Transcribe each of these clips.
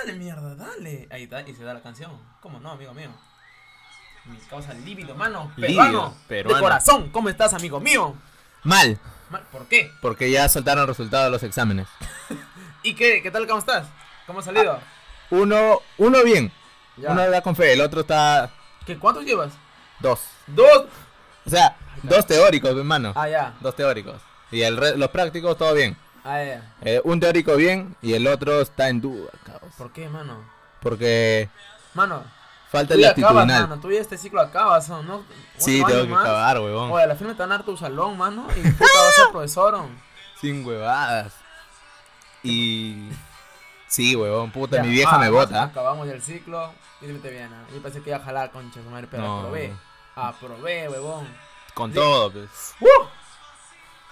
Dale mierda, dale. Ahí está, y se da la canción. ¿Cómo no, amigo mío? Mi causa líbido, mano. Líbido, Peruano. peruano. De corazón, ¿cómo estás, amigo mío? Mal, Ma- ¿Por qué? porque ya soltaron resultados de los exámenes. ¿Y qué? ¿Qué tal? ¿Cómo estás? ¿Cómo has salido? Ah, Uno, uno bien, Ya. uno da con fe, el otro está ¿Qué, ¿Cuántos llevas? dos. Dos. O sea, dos teóricos, hermano. Ah, ya. Dos teóricos. Y el re- los prácticos, todo bien. Ah, ya. Eh, un teórico bien y el otro está en duda, caos. ¿Por qué, mano? Porque Mano, falta tú el ya acabas, actitudinal. mano. Tú ya este ciclo acabas, ¿no? ¿No? Sí, Otro tengo año que más. acabar, huevón. Oye, a la final te van a dar tu salón, mano. Y puta vas a ser profesor. ¿o? Sin huevadas. Y... Sí, huevón, puta, Ya, mi vieja ah, me entonces bota. Acabamos el ciclo. Y te bien, ¿no? Yo pensé que iba a jalar concha, su madre, pero No. aprobé. Aprobé, huevón. Con todo, pues.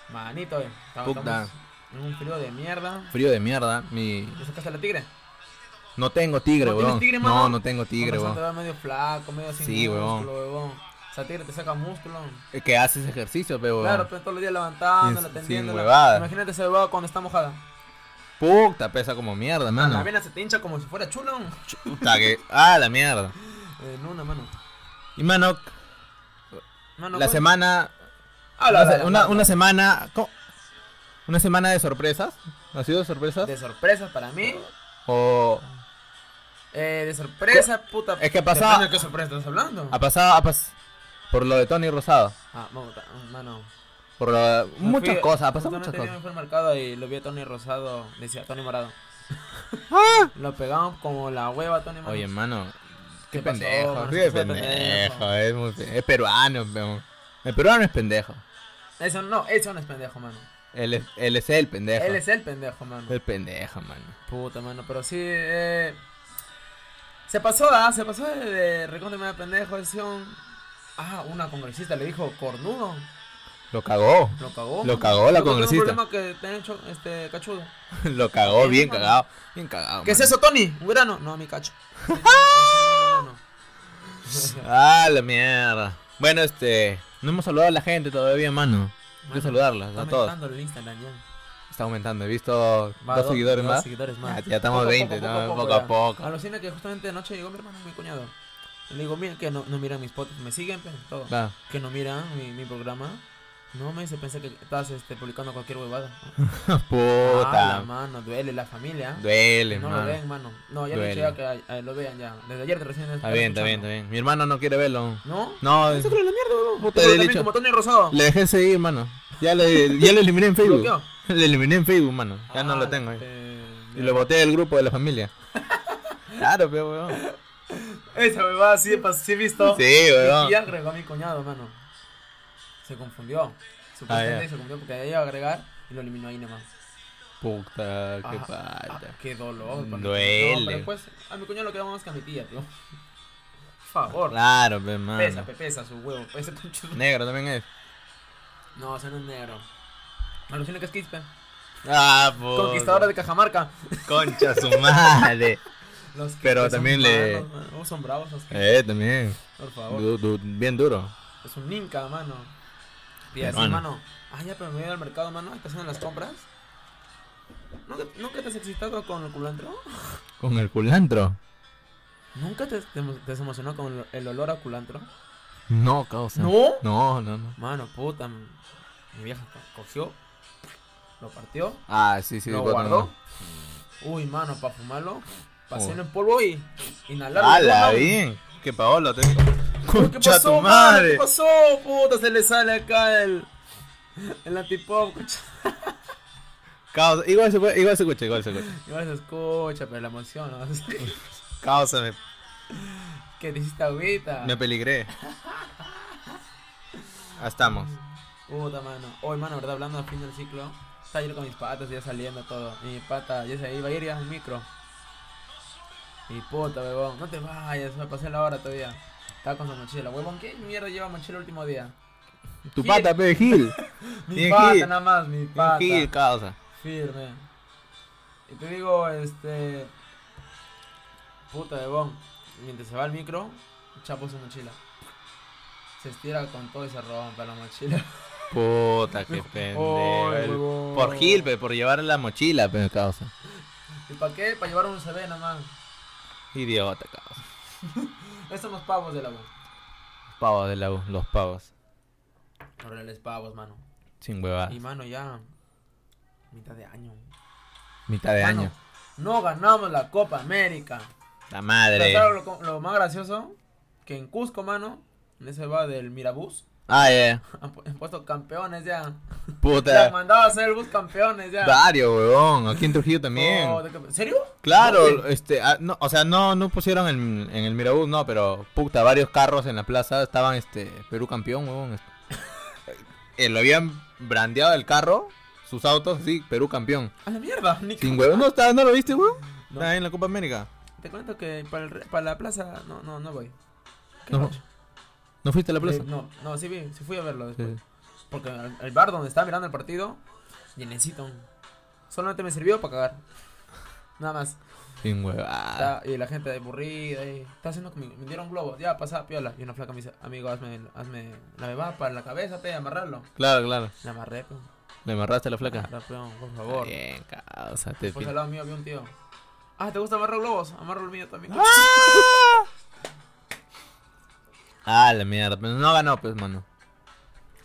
Manito, eh. Estamos- ¡Uh! Puta. estamos En un frío de mierda. Frío de mierda. Mi... ¿Ya sacaste la tigre? No tengo tigre, ¿No tienes huevón. tigre, mano? no, no tengo tigre, Con razón huevón. te ves medio flaco, medio sin Sí, huevón. músculo, huevón. O sea, tigre te saca músculo. Es eh, Que haces ejercicio, pe, huevón. Claro, pues todos los días levantándola, Sin- sin tendiéndola. huevada. Imagínate ese huevón cuando está mojada. Puta, pesa como mierda, La mano. vena se te hincha como si fuera chulo. Puta, que... Ah, la mierda. En una mano. Y, mano, Mano, la ¿cuál? semana... Habla, una, habla, una- habla. una semana... ¿cómo? ¿Una semana de sorpresas? ¿Ha sido de sorpresas? De sorpresa para mí. O... Eh, de sorpresa, puta. Es que Ah, ha pasado- Depende de qué sorpresa estás hablando? Ha pasado... Ha pas- Por lo de Tony Rosado. Ah, vamos, ta- mano. Por lo- Me muchas fui- cosas, ha pasado muchas justamente yo cosas. me fui al mercado y lo vi a Tony Rosado, decía Tony Morado. lo pegamos como la hueva a Tony Morado. Ah. Oye, hermano, ¿Qué qué pasó, pendejo, mano? qué ¿Qué fue, pendejo? pendejo, es, muy pe- es peruano, peón. El peruano es pendejo. Eso no, eso no es pendejo, mano. Él es, él es el pendejo. Él es el pendejo, mano. el pendejo, mano. Puta, mano, pero sí, eh... Se pasó, ah, se pasó de, de recontra medio pendejo, ese un... Ah, una congresista le dijo cornudo, Lo cagó. lo cagó. Lo mano. cagó la Yo creo que congresista. Es un problema que te han hecho, este, cachudo. Lo cagó, Sí, bien mano. cagado. Bien cagado. ¿Qué es mano. eso, Tony? ¿Un grano? No, mi cacho. Ah, la mierda. Bueno, este. No hemos saludado a la gente todavía, mano. Hay que Mano, saludarlas Está a todos. aumentando el Instagram ya. Está aumentando. He visto Va, dos seguidores dos más. seguidores Ya, más. ya estamos 20, estamos poco a ya. poco. Alucina que justamente anoche llegó mi hermano, mi cuñado. Y le digo, mira, que no, no miran mis podcasts, me siguen, pe, todo. Va. Que no miran mi, mi programa. No, me dice, pensé que estás este, publicando cualquier huevada. Ah, Puta. la mano, duele la familia. Duele, no mano. lo ven, mano. No, ya me Duele. he ya que eh, lo vean ya. Desde ayer recién Está bien, está bien, está bien. Mi hermano no quiere verlo. ¿No? No, Eso creo la mierda, huevón. Puta, Pero le he también dicho. como Tony Rosado. le dejé seguir, mano. Ya le, ya lo eliminé en Facebook. ¿Bloqueó? Le eliminé en Facebook, mano. Ya no lo Ah, tengo. ahí. eh, Y lo boté del grupo de la familia. Claro, pero weón. Esa huevada sí, he pas- sí he visto. Sí, weón. Y agregó a mi cuñado, mano. Se confundió. Supuestamente Ah, ya. se confundió porque ella iba a agregar y lo eliminó ahí nomás. Puta, qué Ajá. falta. Ah, qué dolor. para mi Duele. cuñado. No, pero pues, a mi cuñado lo quedamos más que a mi tía, tío. Por favor. Claro, pero Pesa, mano. pe, pesa su huevo. Pesa concha de- Negro también es. No, ese no es negro. Alucina que es Quispe. Ah, puta. Conquistadora de Cajamarca. Concha su madre. Los Quispe Pero son también le- malos, mano. Oh, son bravos los Quispe, Eh, también. Por favor. Du- du- bien duro. Es un ninca, mano. Y así, Peruano. mano. Ah, ya, pero me voy al mercado, mano. ¿Estás haciendo las compras? ¿Nunca, nunca te has excitado con el culantro? Con el culantro. ¿Nunca te, te, te has emocionado con el, el olor a culantro? No, causa. ¿No? No, no, no. Mano, puta. m- Mi vieja co- cogió, lo partió, Ah, sí, sí. lo cuando- guardó. Uy, mano, para fumarlo, para Oh. hacerlo en polvo y inhalarlo. ¡Hala, mano. Ah, bien! Que Paolo tengo. Uy, ¿Qué Concha pasó, tu mano? ¿Qué madre. pasó? Puta, se le sale acá el, el antipop, concha. Causa, igual se, puede- igual se escucha, igual se escucha. Igual se escucha, pero la emoción, ¿no? Causa, me, que te hiciste agüita. me peligré. Ah, estamos. Puta, mano. Hoy, mano, ¿verdad? Hablando al fin del ciclo. Estaba yo con mis patas ya saliendo todo. Y mi pata ya se iba a ir ya un micro. Y puta, huevón. No te vayas, me pasé la hora todavía. Estaba con su mochila. Huevón, ¿qué mierda lleva mochila el último día? Tu Gil. pata, pe, Gil. Mi Bien, pata, Gil. nada más, mi Bien, pata. Gil, causa. Firme. Y te digo, este. Puta de bon. Mientras se va al micro, chapo su mochila. Se estira con todo y se rompe la mochila. Puta, qué Ay, pendejo. huevón. Por Gil, pe, por llevar la mochila, pe, causa. ¿Y para qué? Para llevar un USB nomás. Idiota, cabrón. Estos son los pavos de la U. Pavos de la U, los pavos. Horribles pavos, mano. Sin huevadas. Y mano, ya. Mitad de año. Ah. Mitad de Mano, año. Ah, No ganamos la Copa América. La Pero madre. claro, lo, co- lo más gracioso, que en Cusco, mano, en ese va del Mirabús, Ah, ya. han, pu- han puesto campeones ya. La Puta. mandaba a hacer el bus campeones ya. Varios, huevón. Aquí en Trujillo también. Oh, de que- ¿Serio? Claro, ¿Dónde? este, ah, no, o sea, no, no pusieron en, en el Mirabús, no, pero puta, varios carros en la plaza estaban, este, Perú campeón, huevón. este. Eh, lo habían brandeado el carro, sus autos, sí, Perú campeón. A la mierda, Nico. Sin huevón, no, está, no lo viste, huevón. No. Está en la Copa América. Te cuento que para, el re- para la plaza, no, no, no voy. ¿Qué No, noche? ¿No fuiste a la plaza? Eh, no, no, sí vi, sí fui a verlo después. Sí. Porque el, el bar donde estaba mirando el partido, llenecito. Solamente me sirvió para cagar. Nada más. Sin Ah, huevada. Ta- y la gente aburrida y está haciendo conmigo. Me dieron globos, ya pasa, piola. Y una flaca me dice, amigo, hazme, hazme la bebada para la cabeza, pe, amarrarlo. Claro, claro. La amarré, peón. Le amarraste a la flaca. Eh, Amarra, peón, por Está favor. Bien, causa, te Pues pin- al lado mío había un tío. Ah, ¿te gusta amarrar globos? Amarro el mío también. ¡Ah! Ah, la mierda. Pero no ganó, pues, mano.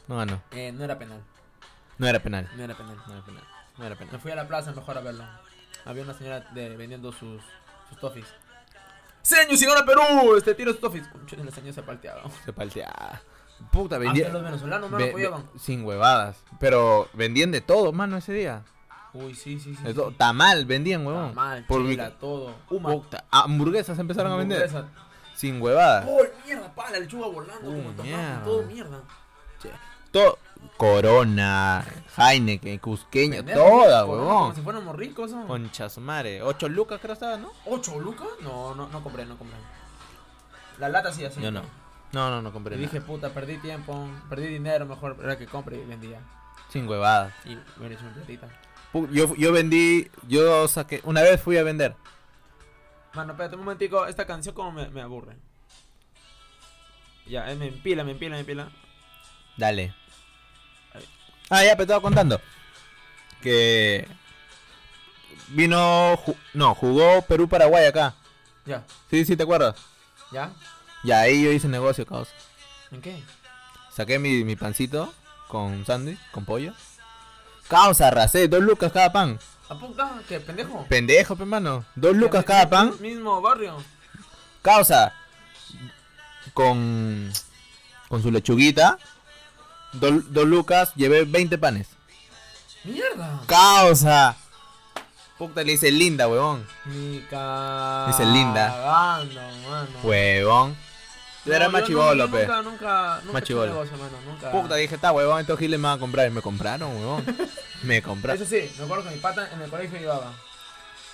No ganó. Eh, no era penal, No era penal. no era penal. No era penal. No era Me penal. fui a la plaza mejor a verlo. Había una señora de- vendiendo sus, sus toffees. Señor, si gana Perú, este tiro sus toffees. Concha, El señor se ha palteado. Se paltea. Puta, Hasta vendían. los venezolanos Ah, no ve- lo ve- apoyaban. sin huevadas. Pero vendían de todo, mano, ese día. Uy, sí, sí, sí. De sí. todo. Tamal, vendían, huevón. Tamal, Por mi- chila, todo. Uma. Puta, Hamburguesas empezaron a vender. hamburguesa, Sin huevadas. ¡Oh, mierda! ¡Pala! Lechuga volando, Uh, como tomate, mierda. todo mierda. Todo. Corona, Heineken, Cusqueña, Pendejo, toda, como- Como si huevón. fuéramos ricos, ¿no? Concha su madre. Ocho lucas creo estaba, ¿no? ¿Ocho lucas? No, no, no compré, no compré. La lata sí, así. Yo no. No, no, no compré Y dije, nada. puta, perdí tiempo, perdí dinero, mejor era que compre y vendía. Sin huevadas. Y me hubiera hecho una platita. Pu- Yo, yo vendí, yo saqué, una vez fui a vender. Mano, espérate un momentico, esta canción como me, me aburre. Ya, eh, me empila, me empila, me empila. Dale. Ah, ya, pero estaba contando. Que vino, ju- no, jugó Perú-Paraguay acá. Ya, Sí, sí, ¿te acuerdas? ya. Y ahí yo hice negocio, caos. ¿En qué? Saqué mi, mi pancito con sándwich, con pollo. Caos, arrasé, dos lucas cada pan. Apunta, que Ah, pendejo. Pendejo, pe, mano. Dos lucas Ya, cada mi- pan. Mismo barrio. Causa. Con. Con su lechuguita. Dos dos lucas, llevé 20 panes. Mierda. Causa. Puta, le dice linda, huevón. Ni ca... Dice linda. Cagando, mano. Huevón. No, era yo machibolo, no- yo pe. Nunca, nunca, nunca. Machibolo. he hecho negocio, mano, nunca. Puta, dije, está, huevón, estos giles me van a comprar. Y me compraron, huevón. Me Eso compraron. sí, me acuerdo que mi pata en el colegio llevaba.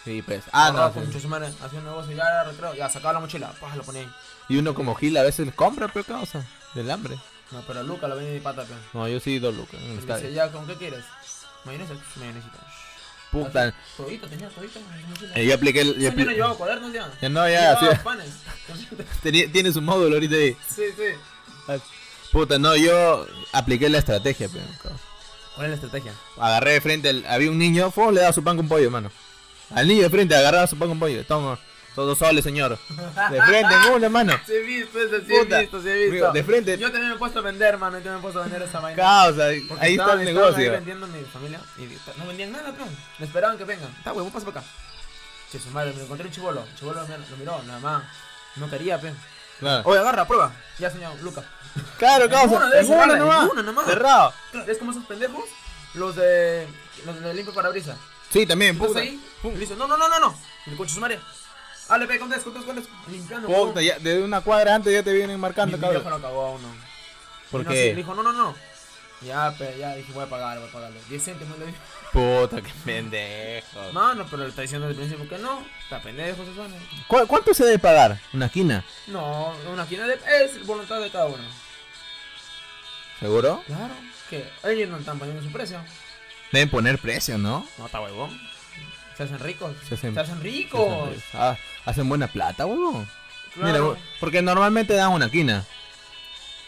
Sí, pues. Ah, no. Con sí. muchos semanas, hacía un negocio, ya era recreo, ya sacaba la mochila, pa, lo ponía ahí. Y uno como gil a veces compra, pero causa. Del hambre. No, pero Luca lo venía mi pata, pe. No, yo sí, dos lucas. en el Y me estadio. dice, ya, ¿con qué quieres? Mayonesa, Shh, mayonesita. Puta. Todito, tenía todito en la mochila. eh, yo apliqué el. Yo Ese niño apli- llevaba cuadernos ya. Ya no, ya, Llevaba sí. panes. Tenía- Tiene su módulo ahorita ahí. sí, sí. Puta, no, yo apliqué la estrategia, pero. cabrón. ¿Cuál es la estrategia? Agarré de frente, al- había un niño, fue, le daba su pan con pollo, mano. Al niño de frente, agarraba su pan con pollo. Toma, todos soles, señor. De frente, en una, mano. Sí he visto, ese sí he Puta. visto, sí he visto. Amigo, de frente. Yo también me he puesto a vender, mano, yo también me he puesto a vender esa vaina. Causa, Porque ahí está estaban- el estaban ahí negocio. vendiendo a mi familia y t- no vendían nada, peón. Le esperaban que vengan. Está, huevón, pasa para acá. Che, su madre, me encontré un chivolo. El chivolo me- lo miró, nada más. No quería, peón. Claro, Oye, agarra, prueba. Ya, señor, Luca. claro Ninguna causa. de esas, Ninguna nada, nomás. ninguna nomás. Cerrado. Claro, Es como esos pendejos, los de. Los de limpio parabrisas. Sí, también, Estás puta. ahí, y le dice, no, no, no, no, no. Y le coche su madre. Dale, pe, contes, contes, contes. Limpiando. Puta, ya, desde una cuadra antes ya te vienen marcando, Mi- mi viejo cabrón. lo cagó a uno. ¿Por Vino así, qué? Le dijo, no, no, no. Ya, pero ya dije, voy a pagar, voy a pagarle. 10 céntimos le dije. Puta, qué pendejo. Mano, pero le está diciendo desde el principio que no. Está pendejo, se suena. ¿Cu- ¿Cuánto se debe pagar? ¿Una quina? No, una quina de. Es voluntad de cada uno. ¿Seguro? Claro. Que ellos no están poniendo su precio. Deben poner precio, ¿no? No, está huevón. Se hacen ricos. Se hacen- ricos. Ah, hacen buena plata, huevón. Claro. Mira, bu- porque normalmente dan una quina.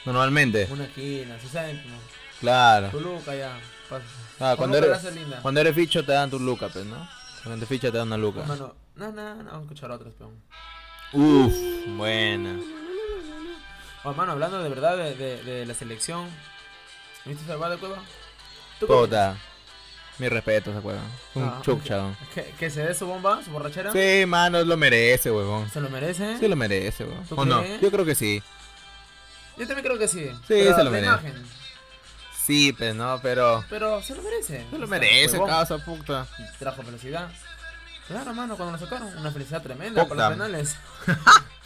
Normalmente, Una quina, 60 céntimos. claro. Tu luca ya. pasa. Ah, Tu cuando luca la eres hace linda. Oh, cuando eres bicho te dan tu lucas, pues, ¿no? Con tu ficha te dan una luca. Mano, no, no, no, vamos a escuchar otras, peón. Uf, buena. Oh, mano, hablando de verdad de, de, de la selección, ¿viste salvar de cueva? ¿Tú qué Puta. Mi respeto, ¿se acuerdan? Un Ah, chucha, weón. opinas? ¿Que, que se dé su bomba, su borrachera. Sí, mano, lo merece, huevón. ¿Se lo merece? Sí lo merece, weón. ¿Tú ¿O no? crees? Yo creo que sí. Yo también creo que sí. Sí, se lo merece. Imagen, Sí, pues no, pero... pero se lo merece. Se lo Está merece, huevón. casa, puta. Y Trajo felicidad. Claro, mano, cuando lo sacaron, una felicidad tremenda por Puta. los penales.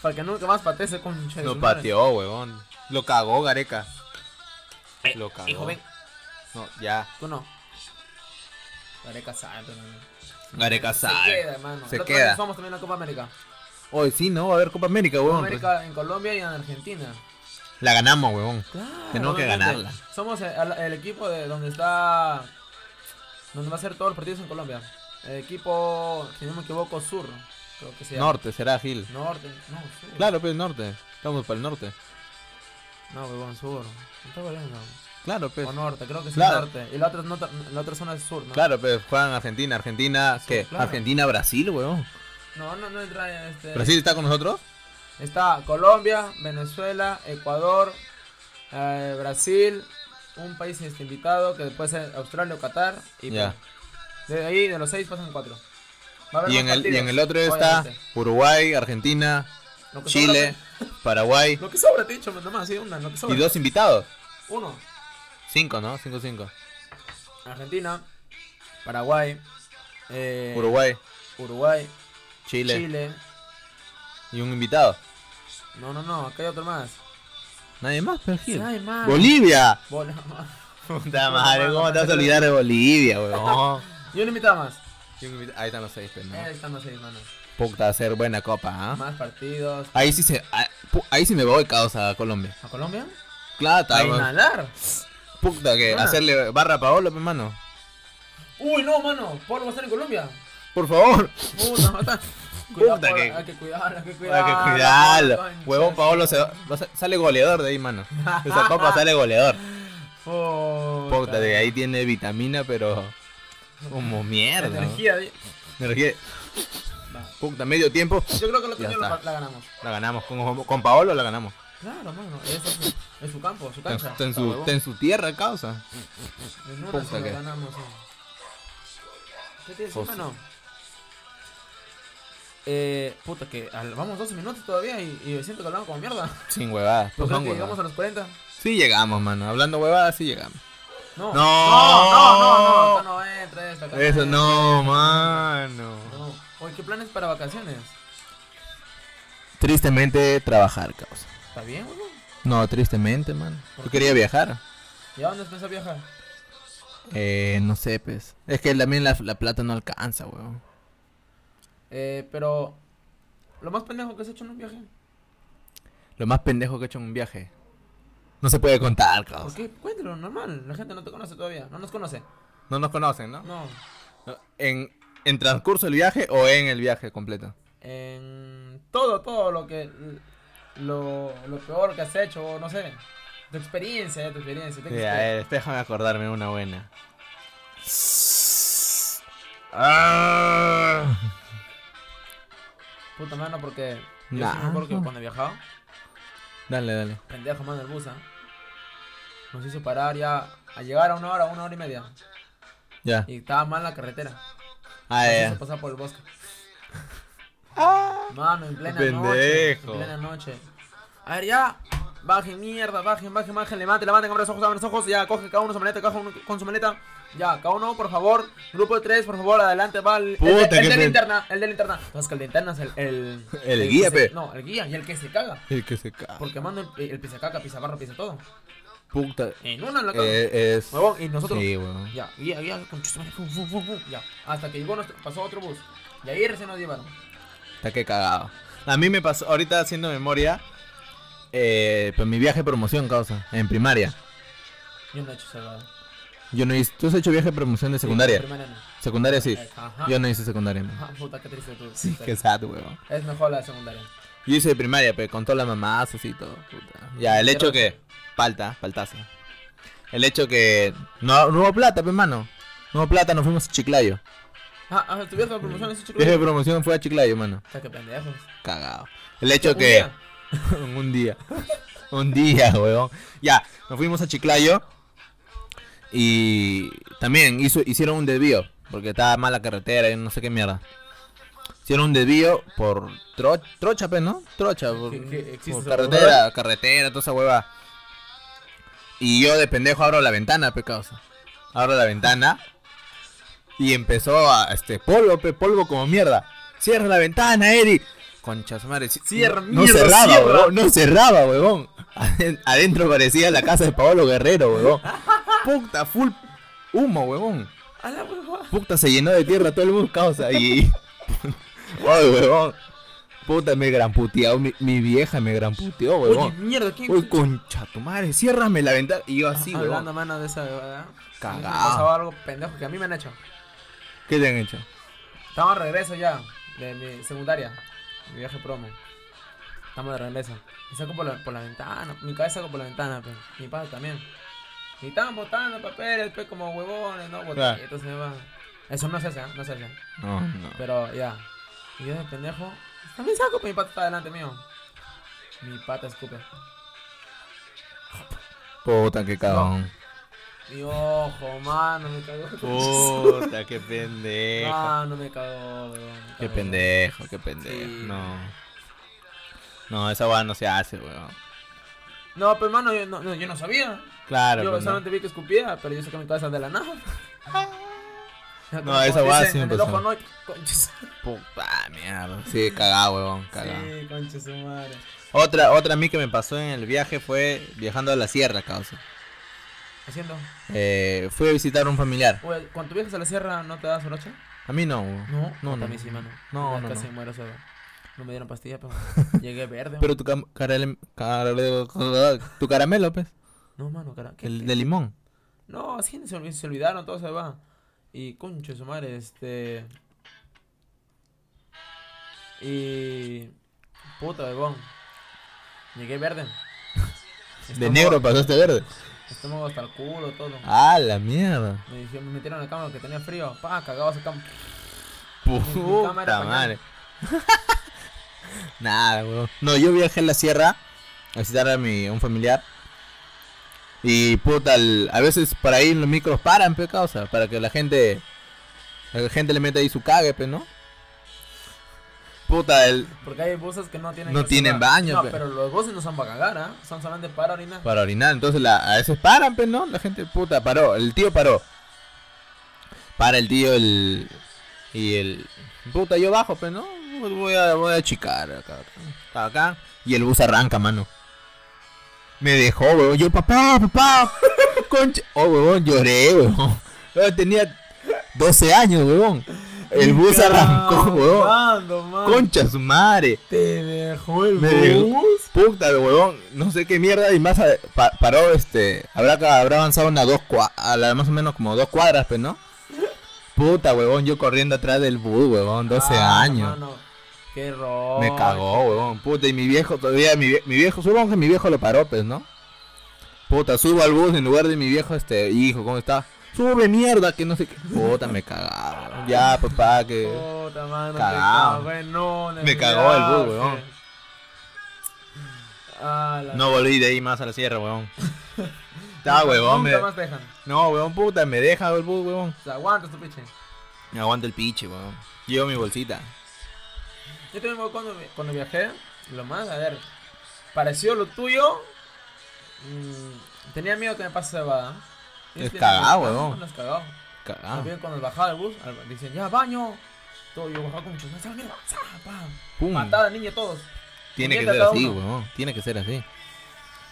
Para que nunca más patee ese concha de Lo su madre. pateó, huevón. Lo cagó, Gareca. Eh, Lo cagó. Hijo, ven, No, ya. tú no. Gareca sabe, hermano. Gareca Se sabe. queda, hermano. Se El otro queda. año Somos también la Copa América. Hoy sí, no, va a haber Copa América, huevón. pues. América en Colombia y en Argentina. La ganamos, huevón. Claro, Tenemos que obviamente. ganarla. Somos el, al- el equipo de donde está. Donde va a ser todos los partidos en Colombia. El equipo, si no me equivoco, sur. Creo que sea. Norte, será Gil. Norte. No, sur. Claro, pues norte. Estamos para el norte. No, huevón, sur. No está volviendo. Claro, pues. O norte, creo que es Claro. norte. Y la otra, no, la otra zona es sur, ¿no? Claro, pues juegan Argentina, Argentina, Sí, ¿qué? claro. Argentina, Brasil, huevón. No, no, no entra este. ¿Brasil está con nosotros? Está Colombia, Venezuela, Ecuador, eh, Brasil, un país este, invitado que puede ser Australia o Qatar. Y Ya. Perú. De ahí, de los seis pasan cuatro. Va a haber Y más en, el, y partidos, en el otro está obviamente. Uruguay, Argentina, Lo que Chile, sobra, pues, Paraguay. lo que sobra, te he dicho, nomás, sí, una, lo que sobra. Y dos invitados. Uno, Cinco, ¿no? Cinco, cinco. Argentina, Paraguay, eh, Uruguay, Uruguay, Chile, Chile. y un invitado. No, no, no, acá hay otro más. Nadie más, pero Gil. Ay, man. ¡Bolivia! Bol- Puta madre, madre, ¿cómo ¿cómo te te vas vas a olvidar olvidar de Bolivia, huevón? y un invitado más. Ahí están los seis, pues, ¿no? Ahí están los seis, mano. Puta, hacer buena copa, ¿ah? Más partidos. Ahí sí se. ah, pu- Ahí sí me voy, causa, a Colombia. ¿A Colombia? Claro, A weón. inhalar. Puta, que Ah. hacerle barra a Paolo, pues, mano. Uy, no, mano. Polo va a estar en Colombia. Por favor. Puta, mata. Cuidado, Puta, Polo, que- Hay que cuidar, hay que cuidar. Hay que cuidarlo. Concha, Huevón, Paolo se va- va a sa- sale goleador de ahí, mano. Esa copa sale goleador. Puta. Puta, de ahí tiene vitamina, pero. Como mierda. ¿no? Energía. di- Energía. Va. Puta, medio tiempo. Yo creo que el otro Ya año la, está. la ganamos. La ganamos. Con, con Paolo la ganamos. Claro, mano. Eso es su, en su campo, su cancha. Está en Ah, su, huevón. está en su tierra, causa. En una puta se la que- ganamos. sí. ¿Qué te decía, Pues- mano? Eh, puta, que al- vamos 12 minutos todavía y, y siento que hablamos como mierda. Sin huevadas. Yo creo pues, son que huevadas. llegamos a los 40. Sí llegamos, mano. Hablando huevadas, sí llegamos. No, No. no, no, no, no, no entra esta acá Eso entra. no, mano. No. Oye, ¿qué planes para vacaciones? Tristemente, trabajar, causa. ¿Está bien, huevón? No, tristemente, mano. ¿Por Yo quería viajar. ¿Y a dónde piensas viajar? Eh, no sé, pues. Es que también la, la plata no alcanza, weón. Eh, pero. Lo más pendejo que has hecho en un viaje. Lo más pendejo que he hecho en un viaje. No se puede contar, ¿Por causa. qué? Cuéntalo, normal. La gente no te conoce todavía. No nos conoce. No nos conocen, ¿no? No. ¿En, ¿En transcurso del viaje o en el viaje completo? En todo, todo lo que. Lo, lo peor que has hecho, o no sé. Tu experiencia, ya, tu experiencia. tu Ya, a experiencia. ver, déjame acordarme una buena. Ah. Puta mano, porque. Yo Nah. sí me acuerdo que cuando viajaba, Dale, dale. pendejo, mano, el bus, ¿ah? Nos hizo parar ya. A llegar a una hora, una hora y media. Ya. Y estaba mal la carretera. Ah, Nos ya. hizo pasar por el bosque. Mano, en plena noche. En Pendejo. plena noche. A ver, ya. Bajen mierda, bajen, bajen, bajen, levanten, levanten, abran los ojos, abran los ojos, ya, coge cada uno su maleta, cada uno con su maleta, ya, cada uno, por favor, grupo de tres, por favor, adelante, va, el, el de- Puta, el qué de pe- linterna, el de linterna, entonces que el linterna es el, el, El que guía, se- pe. no, el guía, y el que se caga, El que se cae. porque mando el, el pisa caca, pisa barro, pisa todo, Puta. en una la caga, Eh, es... huevón, y nosotros, Sí, weón. ya, guía, guía, con chus- fum, fum, fum, fum, ya, hasta que llegó nuestro, pasó otro bus, y ahí recién nos llevaron, Está que cagado. A mí me pasó, ahorita haciendo memoria, eh, pues mi viaje de promoción, causa, en primaria. yo no he hecho salvado. Yo no hice, ¿tú has hecho viaje de promoción de secundaria? Primaria no. Secundaria sí. Ajá. Yo no hice secundaria. man. Ah, puta, qué triste tú. Sí, qué sad, weón. Es mejor la secundaria. Yo hice de primaria, pero con todas las mamás así y todo. puta. Ya, el hecho que. Falta, faltaza. El hecho que. No, no hubo plata, pues, hermano. No hubo plata, nos fuimos a Chiclayo. Ah, ah, ¿estuvieras con promoción en ese Viaje de chiclón? promoción fue a Chiclayo, mano. O sea, qué pendejos. Cagado. El hecho Un que. día. un día. un día, weón. Ya, nos fuimos a Chiclayo. Y también hizo, hicieron un desvío. Porque estaba mala carretera y no sé qué mierda. Hicieron un desvío por tro- trocha, pues, ¿no? Trocha, por, Que- que existe por esa carretera, huevada. carretera, toda esa hueva. Y yo de pendejo abro la ventana, pe causa. Abro la ventana. Y empezó a este polvo, pe, polvo como mierda. Cierra la ventana, Eri. Concha su madre. ci- Cierra, no, no mierda, cerraba, cierra. huevón. No cerraba, huevón. Aden- Adentro parecía la casa de Paolo Guerrero, huevón. Puta, full humo, huevón. A la huevada. Puta, se llenó de tierra todo el mundo, causa. Y. Ay, huevón. Puta, me gran puteado. Mi, mi vieja me gran puteó, Oye, huevón. mierda, ¿quién? Uy, concha tu madre, ciérrame la ventana. Y yo así, Hablando, huevón. mano, de esa huevada. Cagao. Me pasó algo pendejo que a mí me han hecho. ¿Qué te han hecho? Estamos de regreso ya de mi secundaria, mi viaje promo. Estamos de regreso. Y saco por la, por la ventana, mi cabeza saco por la ventana, pe. mi padre también. Y estaban botando papeles, pe, como huevones, ¿no? Claro. Bot- y Entonces va. Eso no se hace, ¿eh? no se hace. No, no. Pero ya. Y yo de pendejo, también saco, pero mi pata está delante mío. Mi pata escupe. Puta, qué cagón. Mi ojo, mano, me cagó. Puta, qué pendejo. Mano, me cagó, huevón, me Qué cagó. pendejo, qué pendejo. Sí. No. No, esa weá no se hace, weón. No, pero hermano, yo no, no, yo no sabía. Claro, Yo pero no. Ah. solamente vi que escupía, pero yo saqué mi cabeza de la nada. No, esa va hueá en siempre el ojo, son. no, conches. Puta mierda. Sí, cagado, weón, cagado. Sí, conches su madre. Otra, otra a mí que me pasó en el viaje fue viajando a la sierra, causa. Haciendo. Eh, fui a visitar a un familiar. Oye, cuando viajas a la sierra, ¿no te das oroche? A mí no, weón. no, A no. mí sí, mano. No, Igual no, Casi no. muero solo. No me dieron pastilla, pero llegué verde. Pero tu, cam- carale- carale- tu caramelo, pues, No, mano, cara. ¿qué- el qué- de limón. No, así se, olvi- se olvidaron, todo se va. Y conche su madre, este. Y. Puta, bebón. Llegué verde. De Estómago- negro pasaste a verde. Estómago hasta el culo, todo. Ah, la mierda. Me, dijeron, me metieron a la cama que tenía frío. Pa, cagado esa cama. cama era Puta pañal. madre. Nada, weón. No, yo viajé a la sierra a visitar a mi a un familiar. Y puta, al- a veces para ahí los micros paran, pe causa, para que la gente la gente le meta ahí su cague, pe, ¿no? Puta, el Porque hay buses que no tienen. No que tienen cerrar. baño, No, pe. pero los buses no son para cagar, ¿ah? Son solamente para orinar. para orinar, entonces la, a veces paran, pe, ¿no? La gente puta paró, el tío paró. Para el tío el y el puta yo bajo, pe, ¿no? Voy a voy a chicar acá. acá, acá. y el bus arranca, mano. Me dejó, weón. Yo, papá, papá. Concha. Oh, weón, lloré, weón. Yo tenía 12 años, weón. El bus arrancó, weón. Mando, mano. Concha su madre. Te dejó el Me dejó. bus. Puta, el huevón, no sé qué mierda y más a- pa- paró este, habrá ca- habrá avanzado una dos cua- a la- más o menos como dos cuadras, pues, ¿no? Puta, huevón, yo corriendo atrás del bus, huevón, 12 Ah, años. mano, Qué rojo. Me cagó, huevón. Puta, y mi viejo todavía mi, vie- mi viejo, supongo que mi viejo lo paró, pues, ¿no? Puta, subo al bus en lugar de mi viejo este, hijo, ¿cómo está? Sube mierda, que no sé qué. Puta, me cagaba. huevón. Ya, papá, que Puta mano, te Cagao. cagué, no, en el Me cagó el bus, viaje. weón. Ah, la no volví de ahí más a la sierra, huevón. Está, huevón, me Nunca más te dejan. No, weón, puta, me deja el bus, weón. O sea, aguantas tu piche. Me aguanta el piche, weón. Llevo mi bolsita. Yo también me acuerdo cuando, vi- cuando viajé, lo más, a ver, parecido a lo tuyo, mm, tenía miedo que me pase cebada. Es cagao, weón. huevón. Es cagao. ah, También cuando bajaba el bus, al- dicen, ya, baño. Todo, yo bajaba con mucho, ¡sal, mierda! ¡Sal, pam! Pum. Matada, niña, todos. Tiene que puñeta ser cada así, uno. weón. Tiene que ser así.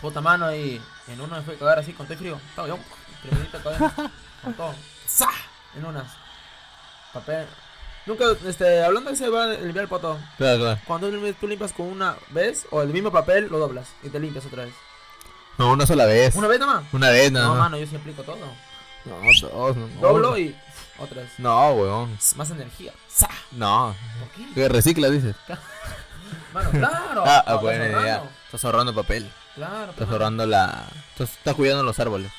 Puta mano y en una me fue a cagar así con todo y frío. Estaba yo, primerito cagar con todo. ¡Za! En unas. Papel. Nunca, este, hablando de ese va a limpiar el poto. Claro, claro. Cuando lim- tú limpias con una vez o el mismo papel, lo doblas y te limpias otra vez. No, una sola vez. ¿Una vez nomás? Una vez, No, nada más. mano, yo sí aplico todo. No, dos, no. Doblo y otra vez. No, weón. Más energía. ¡Za! No. ¿Por qué? Que recicla, dices. Mano, claro. Ah, ah, Estás bueno, ahorrando. ya. Estás ahorrando papel. Claro, Estás mano. ahorrando la. Estás, estás cuidando los árboles.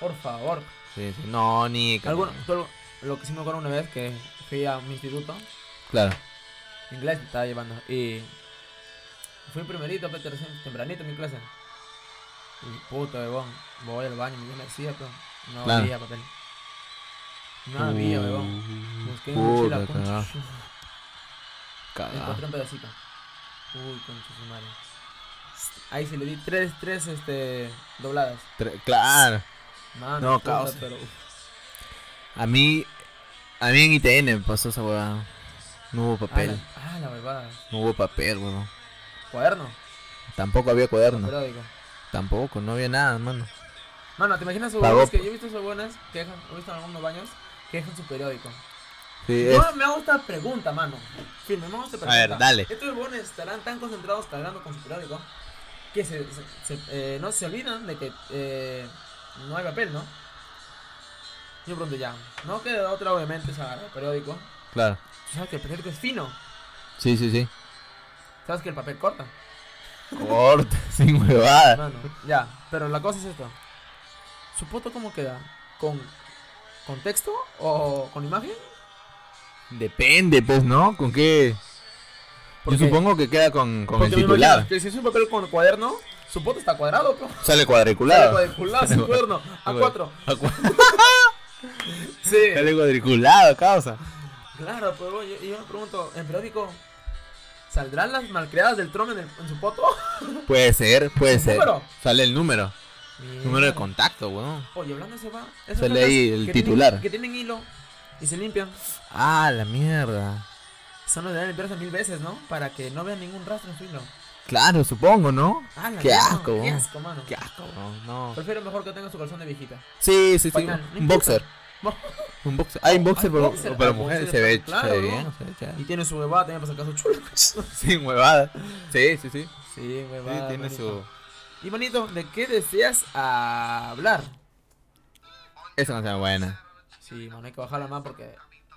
Por favor. Sí, sí. No, ni. Alguno- tú algo- lo que sí me acuerdo una vez que fui a mi instituto, Claro. inglés estaba llevando, y fui primerito, pues, tercer- tempranito en mi clase. Y puto, bebón, voy al baño, me decía, pero no Claro. había papel. No había, bebón. Busqué en mi Mm. Puta, mochila, concha, cagá. su- Cagá. Ah. encontré un pedacito. Uy, concha su madre. Ahí se le di tres, tres, este, dobladas. Tre- Claro. Mano, No, puta, caos. pero uf. A mí. A mí en ITN me pasó esa huevada. No hubo Ah, papel. la, ah, la huevada. No hubo papel, huevón. Cuaderno, Tampoco había cuaderno. periódico. Tampoco, no había nada, mano. Mano, ¿te imaginas esos Pagó. huevones que yo he visto esos huevones que dejan, he visto en algunos baños que dejan su periódico? Sí, es. No me hago esta pregunta, mano. Sí, me hago esta pregunta. ver, dale. Estos huevones estarán tan concentrados cargando con su periódico que se, se- se- eh, no se olvidan de que eh, no hay papel, ¿no? Yo pregunto ya. No queda otra, obviamente, es agarrar el periódico. Tú Claro. sabes que el periódico es fino. Sí, sí, sí. Sabes que el papel corta. Corta, sin huevada. Mano, ya, pero la cosa es esto. ¿Su foto cómo queda? ¿Con, con texto o con imagen? Depende, pues, ¿no? ¿Con qué? Yo Porque- supongo que queda con, con el Porque me titular. imagino que si es un papel con cuaderno, su foto está cuadrado, pues. bro. Sale cuadriculado. Sale cuadriculado, sin cuaderno, a cuatro. A cuatro. Sí. Sale cuadriculado, causa. Claro, pero yo, yo me pregunto, en periódico, ¿saldrán las malcriadas del trono en, el- en su foto? Puede ser, puede ser. número? Sale el número. Número de Mierda. contacto, weón. Oye, hablando de eso, va. esas Sale latas ahí el que tienen- titular. que tienen hilo y se limpian. Ah, la mierda. Son los de limpiarse mil veces, ¿no? Para que no vean ningún rastro en su hilo. Claro, supongo, ¿no? Ah, la Qué mierda, asco, Qué weón. asco, mano. Qué asco, weón, no. Prefiero mejor que tenga su calzón de viejita. Sí, sí, sí. Pañal, no Un importa. boxer. Un boxer. Ah, Hay un boxer, hay pero, boxer, pero hay mujer boxer, se ve, claro, se ve ¿no? bien. se ve chévere. Y tiene su huevada también para sacar su chulo. Sí, huevada. Sí, sí, sí. Sí, Sí, huevada. tiene manito. su. Y manito, ¿de qué deseas hablar? Esa canción es buena. Sí, mano, hay que bajarla más porque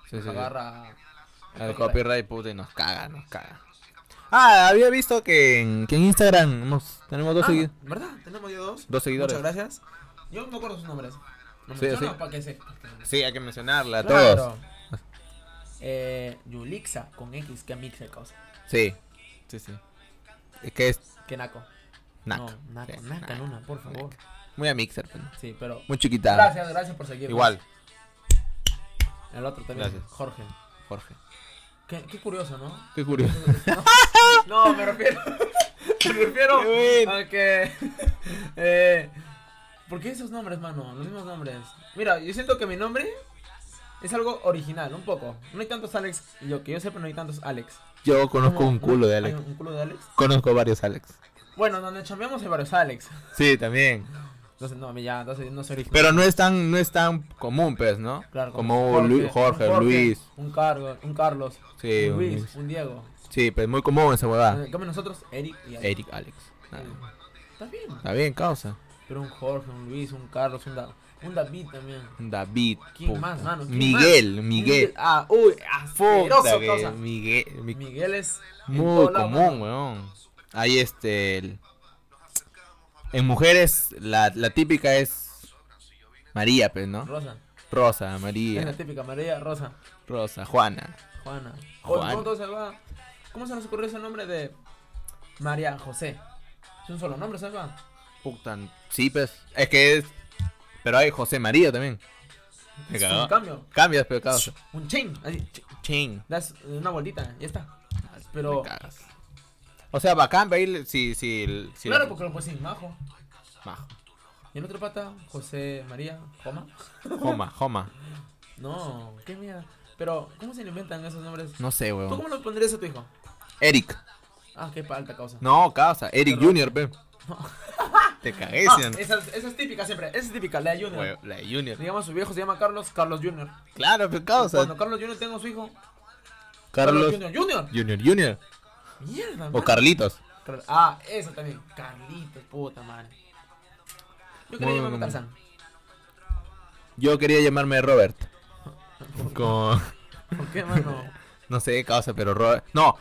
Sí, sí, sí. agarra. El copyright, puta, y nos caga, nos caga. Ah, había visto que en, que en Instagram hemos- tenemos dos, Ah, segui- ¿Verdad? Tenemos ya dos. dos seguidores. Muchas gracias. Yo no acuerdo sus nombres. ¿Lo Sí, menciono sí. para que se. Sí, hay que mencionarla a todos. Claro. Eh, Yulixa con X, que mixa el cosa. Sí. Sí, sí. Es que es Que naco. Naco. No, naco, Sí, naca, naco. Luna, por favor. Muy a Mixer, pues, ¿no? Sí, pero. Muy chiquita. Gracias, gracias por seguirnos. Igual, El otro también, Gracias. Jorge. Jorge. Qué, qué curioso, ¿no? Qué curioso. No, me refiero. Me refiero Qué bueno. a que. Eh, ¿Por qué esos nombres, mano? Los mismos nombres. Mira, yo siento que mi nombre es algo original, un poco. No hay tantos Alex. y Yo que yo sepa, no hay tantos Alex. Yo conozco Como- un culo de ¿hay Alex. un culo de Alex? Conozco varios Alex. Bueno, donde chambeamos hay varios Alex. Sí, también. Entonces, no, ya, entonces no soy original. Pero no es tan, no es tan común, pues, ¿no? Claro, como Lu- Jorge, un Luis. Un Carlos, un Carlos. Sí, un un Luis, Luis. un Diego. Sí, pues muy común esa huevada. Como nosotros, Eric y Alex. Eric, Alex. Ah, Está bien. Está bien, causa. Pero un Jorge, un Luis, un Carlos, un, Da- un David también. David. ¿Quién puta. más, mano? ¿Quién Miguel, más? Miguel. Ah, uy, Puta, asqueroso, que cosa. Miguel. mi- Miguel es en Muy todo lado, mano. común, weón. Ahí este. el- En mujeres, la, la típica es. María, pues, ¿no? Rosa. Rosa, Es la María. típica María Rosa. Rosa, Juana. Juana. Oye, Juan. ¿cómo todo se va? ¿Cómo se nos ocurrió ese nombre de María José? Es un solo nombre, ¿sabes? va? Puta, sí, pues. Es que es. Pero hay José María también. Me Es cagó. un cambio. Cambias, pero causa. Un chain. Así, ch- Ching. das eh, una vueltita, ya está. Pero. Me cagas. O sea, bacán, ahí si. si, si claro, la- porque lo puse en Majo. Majo. Y el otro pata, José María, Joma. Joma, Joma. No, qué mierda. Pero, ¿cómo se le inventan esos nombres? No sé, ¿Tú weón. cómo lo pondrías a tu hijo? Eric. Ah, qué palta causa. No, causa. Eric Perdón. Junior, pe. Te cagué, Ah, ¿sí o no? esa, esa es típica siempre, esa es típica, la de Junior. Weón, La de Junior. Digamos, su viejo se llama Carlos, Carlos Junior. Claro, Cuando pero causa. Carlos Junior tenga su hijo, Ah, Carlos Junior, Junior. Junior, Junior. Mierda, O mano. Carlitos. Carl- Ah, esa también, Carlitos, puta madre. Yo quería Muy llamarme bien. Tarzán. Yo quería llamarme Robert. Como. ¿Por qué, mano? No sé, causa, pero Robert. No.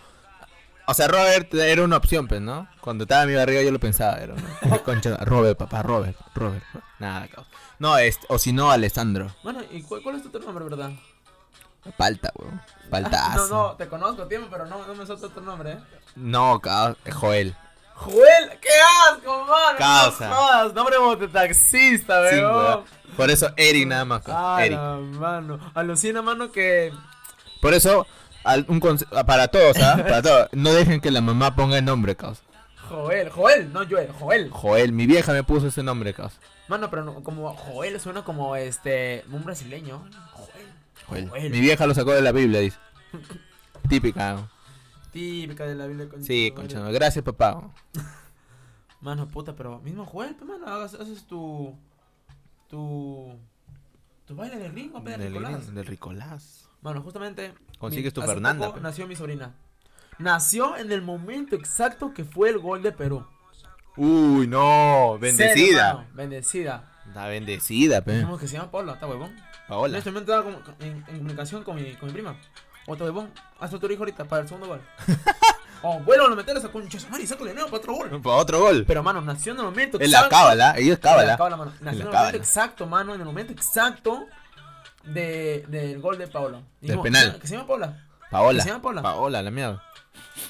O sea, Robert era una opción, pues, ¿no? Cuando estaba en mi barriga yo lo pensaba, era una concha. Robert, papá, Robert, Robert. Nada, causa. No, este, o si no, Alessandro. Bueno, ¿y cuál, cuál es tu otro nombre, verdad? Palta, weón. No, Paltazo. Ah, no, te conozco, tiempo, pero no, no me suelta tu nombre, ¿eh? No, ca- Joel. Joel, qué asco, man. Causa. No jodas, nombre como de taxista, Sí, weón. weón. Por eso Eric nada más. pues, Ah, Eric. la mano. Alucina, mano, que. Por eso, al- un conse- para todos, ¿ah? Para todos. No dejen que la mamá ponga el nombre, caos. Joel, Joel, no Joel, Joel. Joel, mi vieja me puso ese nombre, caos. Mano, pero no- como Joel suena como este. Un brasileño. Joel. Joel. Joel. Mi vieja lo sacó de la Biblia, dice. Típica. ¿no? Típica de la Biblia con Sí, conchano. Gracias, papá. Mano, puta, pero mismo Joel, pues, mano, hagas- haces tu. Tu. Tu baile de ringo, pe, de Del, Nicolás. del Ricolás. Bueno, justamente. Consigues tu hace Fernanda, poco pe. Nació mi sobrina. Nació en el momento exacto que fue el gol de Perú. Uy, no. Cero, Bendecida. mano, bendecida. Está bendecida, pe. Dijimos que se llama Paula, está huevón. En Paola. este momento estaba como- en, en comunicación con mi, con mi prima. Otro huevón, haz tu hijo ahorita para el segundo gol. o vuelvo a meter esa concha, de su madre, y sácale de nuevo para otro gol. Para otro gol. Pero, mano, nació en el momento Es la cábala. Ella es En la cábala. cábala, mano. Nació en, el la momento cábala. exacto, mano, en el momento exacto de, del gol de Paula. Del penal. Que se llama Paula. Paola. ¿Se llama Paola? Paola, la mierda.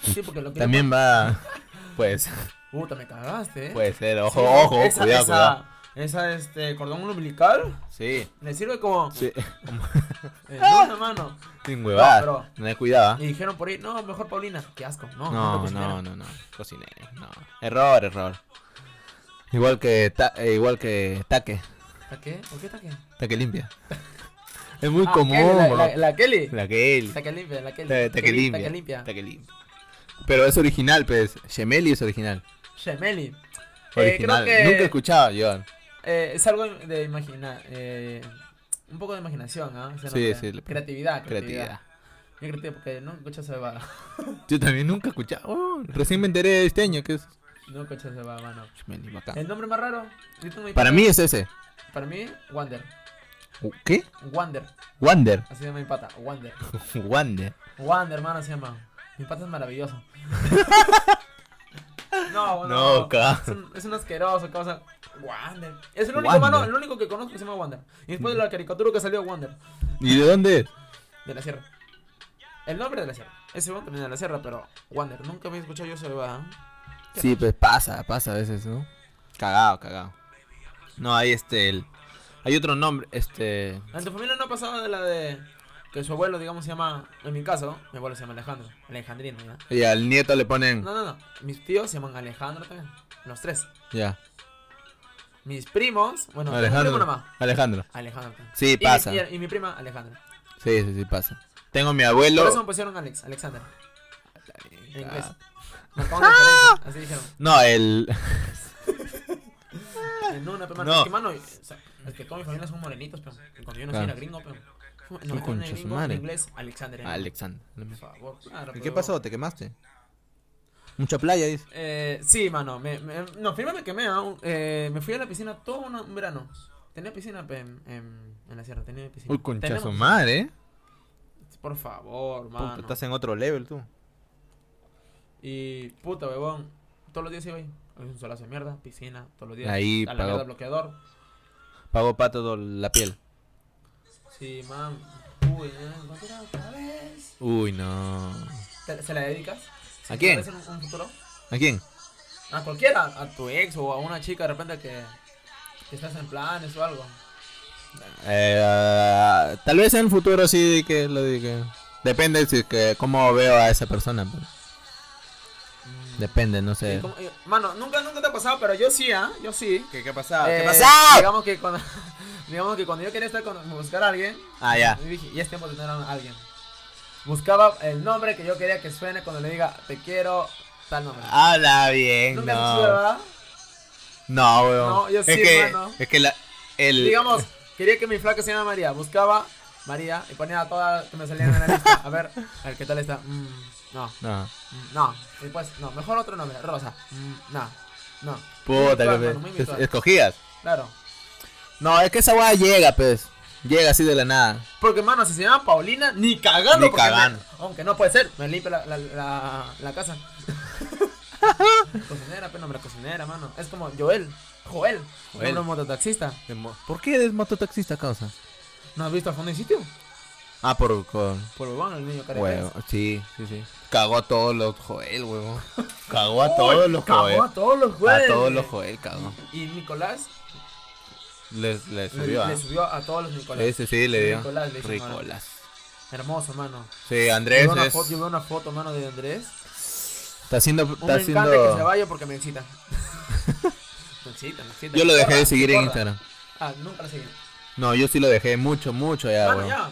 Sí, porque lo quiero También va. Pues, Puta, me cagaste, eh. puede ser. Sí, Pues, Ojo, ojo. esa- Cuidado, esa- cuidado. Esa, este, cordón umbilical, Sí. le sirve como... Sí. Ah. eh, no, hermano. Sin huevadas. No, No me cuidaba. Y dijeron por ahí, no, mejor Paulina. Qué asco. No, No, pues, no, mira. no, no. Cocinero, no. Error, error. Igual que ta- eh, igual que taque. ¿A qué? ¿Por qué está qué? Taque limpia. Es muy Ah, común, Kelly, la, la, bro. la Kelly. La que él. Está que limpia, la Kelly. Ta- Taque limpia. Está que limpia. Taque limpia. Pero es original, pues. Gemelli es original. Shemeli. Eh, creo Original. que Nunca he escuchado, Joan. eh, es algo de imaginar. Eh, un poco de imaginación, ¿ah? Ese Sí, nombre. sí, le- Creatividad, creatividad. Creatividad. Yo creativo porque no escuchas se va. Yo también nunca he escuchado. Oh, recién me enteré este año que es No escuchas se va, mano. Gemelli, bacán. El nombre más raro. yo tengo mi- Para mí es ese. Para mí, Wander. ¿Qué? Wander. Wander. Así se llama mi pata, Wander. Wander. Wander, hermano, se llama. Mi pata es maravilloso. no, bueno. No, ca- es, un, es un asqueroso, cosa. Wander. Es el único, Wander. mano, el único que conozco que se llama Wander. Y después de la caricatura que salió Wander, ¿Y de dónde es? de la sierra. El nombre de la sierra. Ese Wander también de la sierra, pero Wander. Nunca había escuchado yo ese va. Sí, pues pasa, pasa a veces, ¿no? Cagado, cagado. No, hay este, el... hay otro nombre, este... ¿En tu familia no ha pasado de la de que su abuelo, digamos, se llama. En mi caso, mi abuelo se llama Alejandro. Alejandrino, ¿ya? Y al nieto le ponen... No, no, no. Mis tíos se llaman Alejandro también. Los tres. Ya, Mis primos. Bueno, tengo un primo Alejandro. nomás. Alejandro. Alejandro. también. Sí, Y mi- pasa. Y, y mi prima Alejandra. Sí, sí, sí, pasa. Tengo mi Por eso abuelo... me pusieron Alex, Alexander. En inglés. Ah. Marcaban la diferencia, Así dijeron. No, el... En una, pero mano, No. es que, mano, o sea, es que toda mi familia son morenitos, pero cuando yo nací Claro. era gringo, pero. No, Qué yo concha era su gringo, madre. En inglés, Alexander. era. Alexander. Por favor, claro, ¿Y pero- ¿Te quemaste? Mucha playa, dice. Eh, sí, mano. Me, me- no, primero me quemé. ah, un- Eh, me fui a la piscina todo una- un verano. Tenía piscina pe, en, en, en la sierra, tenía piscina. Uy, conchazo Tenemos- madre, ¿eh? Por favor, mano. Puta, estás en otro level tú. Y puta, huevón. Todos los días iba ahí. Había Un solazo de mierda, piscina, todos los días. Ahí a la pagó. mierda bloqueador. Pago pato do- la piel. Sí, man. Uy, eh, encontrar otra vez. Uy, no. ¿Te- ¿Se la dedicas? ¿A quién? ¿Tal vez en un, un futuro? ¿A quién? A cualquiera, a tu ex o a una chica de repente que, que estás en planes o algo. Eh, ah, tal vez en el futuro sí que lo diga. Depende si es que cómo veo a esa persona. pues. Mm. Depende, no Sí, sé. como- eh, mano, nunca, nunca te ha pasado, pero yo sí, ¿ah? Yo sí. ¿Qué, qué pasaba? Eh, Digamos que cuando, digamos que cuando yo quería estar con, buscar a alguien, Ah, ya. Y dije, ya es tiempo de tener a alguien. Buscaba el nombre que yo quería que suene cuando le diga, te quiero, tal nombre. Habla bien. Nunca se sucedió, No, ¿verdad? no, weón. No, yo es, sí, que, hermano. es que la, el. Digamos, quería que mi flaca se llama María. Buscaba María y ponía todas las que me salían en la lista. A ver, a ver, ¿qué tal está? Mm, no, No. mm, no. Y pues, no, mejor otro nombre, Rosa. Mm, no, no. Puta, Muy que virtual, mano, muy es- virtual. escogías. Claro. No, es que esa weá llega, pues. Llega así de la nada. Porque, mano, si se llama Paulina, ni cagando. Ni porque me- cagando. aunque no puede ser, me limpia la, la, la, la casa. cocinera, pero nombre cocinera, mano. Es como Joel. Joel. Joel. Joel. Un mototaxista. ¿Por qué eres mototaxista, causa? ¿No has visto a fondo y sitio? Ah, por... con- Por huevón el niño cara de Huevo, pez. sí, sí, sí. Cagó a todos los Joel, huevón. Cagó a Uy, todos los cagó Joel. a todos los A jueves. todos los Joel, cagó. Y Nicolás Les, les le, subió, le ah. subió a todos los Nicolás. Ese sí le dio. Nicolás le hizo mal. Ricolas. Hermoso, mano. Sí, Yo Andrés veo, una es... foto, yo veo una foto, mano, de Andrés. Está haciendo... Un Está me encanta que se haciendo... vaya porque me excita. me excita, me excita. Yo lo dejé de seguir en Gorda. Instagram. Ah, nunca la seguí. No, yo sí lo dejé mucho, mucho ya, Mano, weón. ya.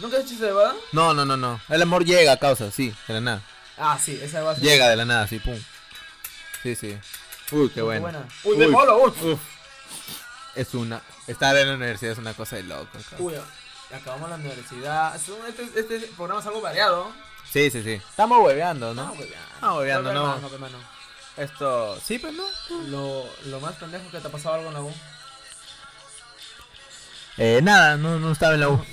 ¿Nunca has hecho esa huevada? No, no, no, no. El amor llega, causa, sí, de la nada. Ah, sí, esa huevada. sí. Llega de la nada, sí, pum. Sí, sí. Uy, qué bueno. buena. Uy, me molo, uy. uf. Es una... Estar en la universidad es una cosa de loco. causa. Uy, acabamos la universidad. Es un- Este, este programa es algo variado. Sí, sí, sí. Estamos hueveando, No, ¿no? huevón. No, hueveando, Pero, no. hermano, hermano, Esto... Sí, pero no. Lo, lo más pendejo que te ha pasado algo en la U. Eh, nada, no, no estaba en la U.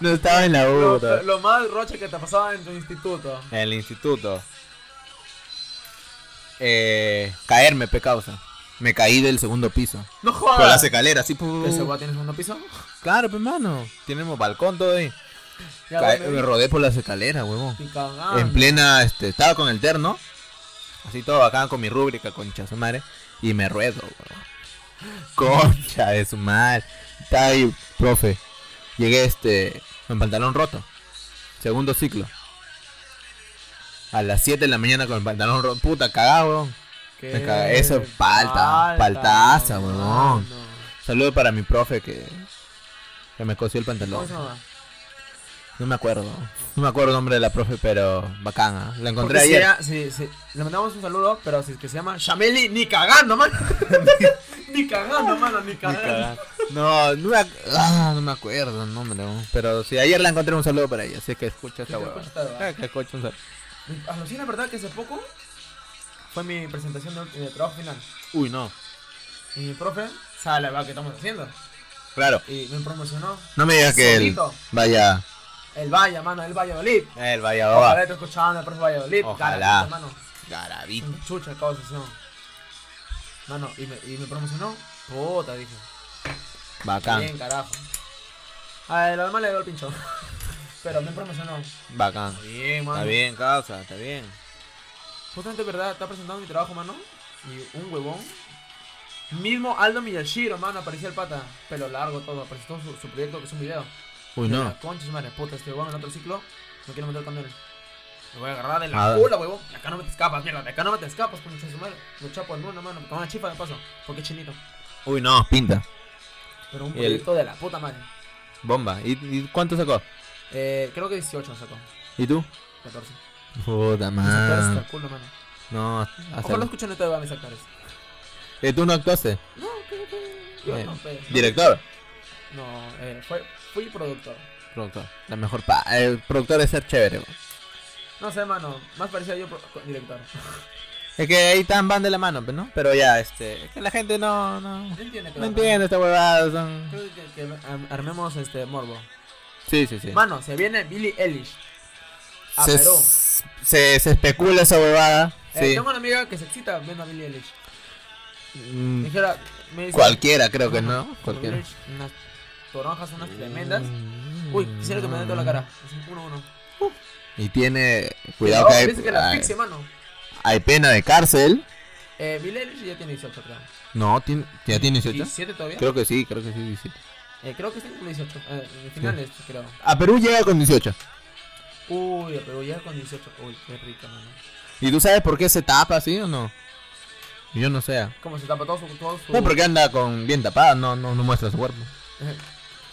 no estaba en la U. Lo, puta. lo- lo más roche que te ha pasado en tu instituto. En el instituto. Eh, caerme, pe causa. Me caí del segundo piso. No Por las jodas. escaleras, así. pu- ¿Ese huevón tiene segundo piso? Claro, pe mano. Tenemos balcón todo ahí. Ya, Ah. Cae- güey, me rodé por las escaleras, huevón. Ni cagando. en plena, este, estaba con el terno. Así todo bacán con mi rúbrica, concha su madre. Y me ruedo, huevón. Concha de su madre. Está ahí, profe. Llegué, este, con pantalón roto. Segundo ciclo. A las 7 de la mañana con el pantalón roto. Puta, cagado, huevón. Qué Me caga- eso es palta, paltaza, mano. huevón. Saludo para mi profe que, que me cosió el ¿Cómo pantalón. se llama? No me acuerdo. No me acuerdo el nombre de la profe, pero bacana. La encontré Porque si ayer. era- si- si- le mandamos un saludo, pero si es que se llama Shameli, ni cagando, mano. ni cagando, mano, ni Ni cagando. cagar. No, no me, ac- ah, no me acuerdo el nombre. ¿no? Pero sí, ayer la encontré un saludo para ella. Así que escucha esta Sí, que hueva. escucha esta hueva. Ah, que escucha un saludo. Alucina, Ah, ¿verdad? Que hace poco fue mi presentación de, de trabajo final. Uy, no. Y mi profe sabe la verdad que estamos haciendo. Claro. Y me promocionó No me digas que él Solito. vaya. el Valle, mano, el Valladolid. Él vaya, Ojalá baba. esté escuchando el profe Valladolid. Ojalá. Cara, mano. Garabito. Un Chucha, causa, sí, no. Mano, y me, y me promocionó. Puta, dije. Bien, Bacán. carajo. A lo demás le dio el pincho. Pero me promocionó. Bacán. Bien, mano. Está bien, causa. Está bien. Justamente, ¿verdad? Está presentando mi trabajo, mano. Y un huevón. Mismo Aldo Miyashiro, mano, aparecía el pata. Pelo largo, todo. Presentó su, su proyecto, que es un video. Uy, De no. la Concha, su madre, puta, este huevón en otro ciclo. No quiero meter con él. Me voy a agarrar de A la ver. cola, huevón. De acá no me te escapas, mierda. De acá no me te escapas, concha su madre. Lo chapo en una mano. Con una chifa de paso. Porque es chinito. Uy, no. Pinta. Pero un Y el- proyecto de la puta madre. Bomba. ¿Y, y cuánto sacó? Eh, creo que 18 sacó. ¿Y tú? 14. Puta Me sacaron madre. hasta el culo, mano. No, hasta Ojalá el- escuchen esto de Bami Sacares. Eh, ¿Tú no actuaste? No, que, que- yo Eh, no, pe- no. Director. No, eh, fue, fui productor. Productor. La mejor pa. El productor es ser chévere. weón. No sé, mano. Más parecía yo pro- co- director. Es que ahí tan van de la mano, pues, ¿no? Pero ya, este. Es que la gente no. No, No entiende que no entiende esta huevada. Son... Creo que, que am- armemos este morbo. Sí, sí, sí. Mano, se viene Billie Eilish. A se, Perú. se, se especula esa huevada. Eh, Sí. tengo una amiga que se excita viendo a Billie Eilish. Mm, Dijera, me dice, cualquiera, creo que "Mano, no. con Cualquiera. Mm. Billie Eilish, Unas toronjas, unas tremendas. Uy, quisiera que me den toda la cara. Así, Uno, uno. Y tiene. Cuidado No, que hay, Dice que la hay, asfixia, mano. hay pena de cárcel. Eh, Billie Eilish ya tiene 18, creo. No, tiene, ya tiene 18. 17 todavía. Creo que sí, creo que sí, 17. Eh, creo que está en 18. Eh, en finales, creo. A Perú llega con 18. Uy, pero ya con 18. Uy, qué rica, mano. ¿Y tú sabes por qué se tapa así o no? Yo no sé. Como se tapa todo su. Todo su... No, porque anda con bien tapada, no, no, no muestra su cuerpo.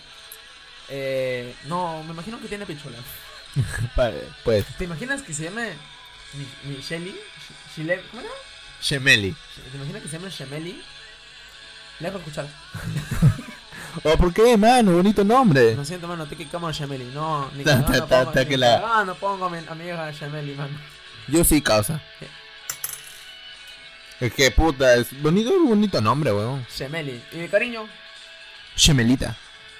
Eh, no, me imagino que tiene pichola. Pa- Pues, ¿Te imaginas que se llame. Mi, mi Shelly? Sh- Shile- ¿Cómo era? Shemeli. ¿Te imaginas que se llame Shemeli? Le dejo escuchar. Oh, ¿por qué, mano? Bonito nombre. Lo siento, mano, te que cama Shemeli. No, ni Ta, ta, cagando ta, pongo, ta, ni que la- cagando pongo a mi, a mi hija Shemeli, mano. Yo sí, causa. Sí. Es que puta, es bonito, bonito nombre, weón. Shemeli. Y de cariño, Shemelita.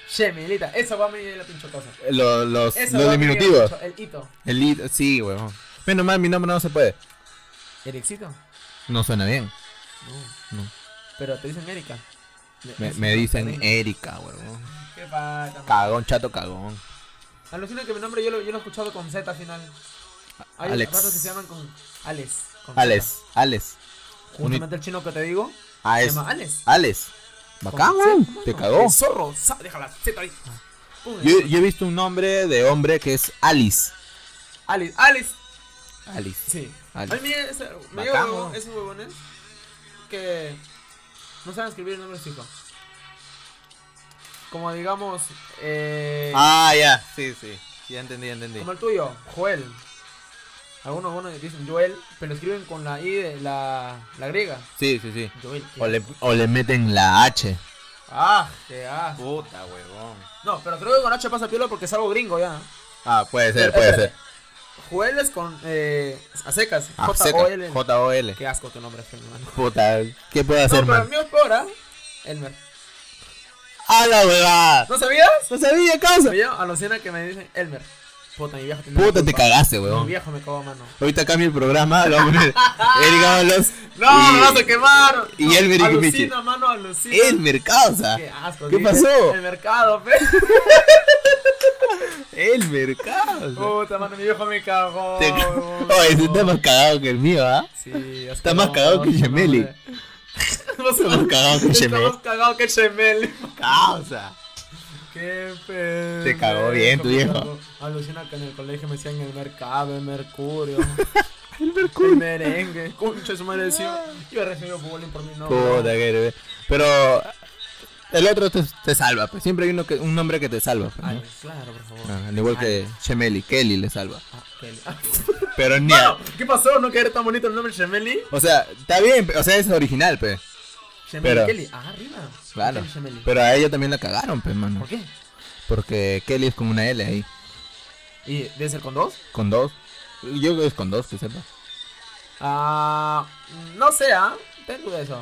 Shemelita. Eso va a venir la pincho cosa. Lo- los Eso los va a venir la diminutivos. pincho- El hito. El hit- sí, weón. Menos mal, mi nombre no se puede. ¿El éxito? No suena bien. No. No. Pero te dicen Erika. Me, me dicen Erika, huevón. Qué pata, man. Cagón, chato, cagón. Alucina que mi nombre yo lo, yo lo he escuchado con Z al final. Hay Alex. ratos que se llaman con Alex. con Alex, Alex. Z. Justamente el chino que te digo se Alex. llama Alex. Alex. Ah, Bacán, Con weón. Z, mano. Te cagó. Ah. El zorro, sa- deja la Z ahí. Pum, Yo, el- yo he visto un nombre de hombre que es Alice. Alex, Alex. Alice. Sí. Alex. Ay, mira, ese- eh, me Bacán, llevo weón. esos huevones que no saben escribir el nombre fijo. Como digamos, eh, Ah, ya. Sí, sí. Ya entendí, ya entendí. como el tuyo, Joel. Algunos algunos dicen Joel, pero lo escriben con la I de la, la griega. Sí, sí, sí. Joel. ¿qué? O le, o le meten la H. Ah, qué asco. Puta, huevón. No, pero creo que con H pasa piola porque es algo gringo ya. Ah, puede ser, puede ser. Joel es con eh, a secas. Ah, seca. J-O-L. J-O-L. Qué asco tu nombre, hermano. Puta, ¿qué puede No, hacer, pero el man? mío es peor, ¿ah? Elmer. ¡A la huevada! ¿No sabías? No sabía, causa. Me llamo alucina que me dicen Elmer. Puta, mi viejo tiene la Puta, te culpa. cagaste, Mi huevón. viejo me cagó, mano. Ahorita cambio el programa, lo vamos a poner Erika Olos No, y- me vas a quemar. y No, Elmer y Michi. Alucina, mano, alucina. Elmer, causa. Qué asco. ¿Qué dije, pasó? El mercado, pe. Elmer, causa. Puta, mano, mi viejo me cagó. Te- huevón. Oye, tú estás más cagado que el mío, ¿ah? Sí, Está más cagado que Gemelli. Está más cagado que Gemelli. Está más cagado que Gemelli. Causa. Qué pedo. Te cagó bien tu me viejo. cagó. Alucina que en el colegio me decían el mercado, el mercurio, El el Mercurio. merengue. Concha, su madre decía. Yo he recibido bullying por mi nombre. Puta, que eres. Pero el otro te, te salva, pues. Siempre hay uno que, un nombre que te salva. pues, ¿no? Ay, claro, por favor. Ah, al igual que Chemeli, Kelly le salva. Ah, Kelly. Ah, Pero ni a- Mano, ¿qué pasó? ¿No que era tan bonito el nombre Gemelli? O sea, está bien, pe- o sea, es original, pe. Gemelli, Pero- Kelly. Ah, arriba. Claro. Kelly Gemelli. Pero a ella también la cagaron, pe, mano. ¿Por qué? Porque Kelly es como una L ahí. ¿Y debe ser con dos? Con dos. Yo creo que es con dos, que sepa. Ah, no sé, ¿ah? Tengo de eso.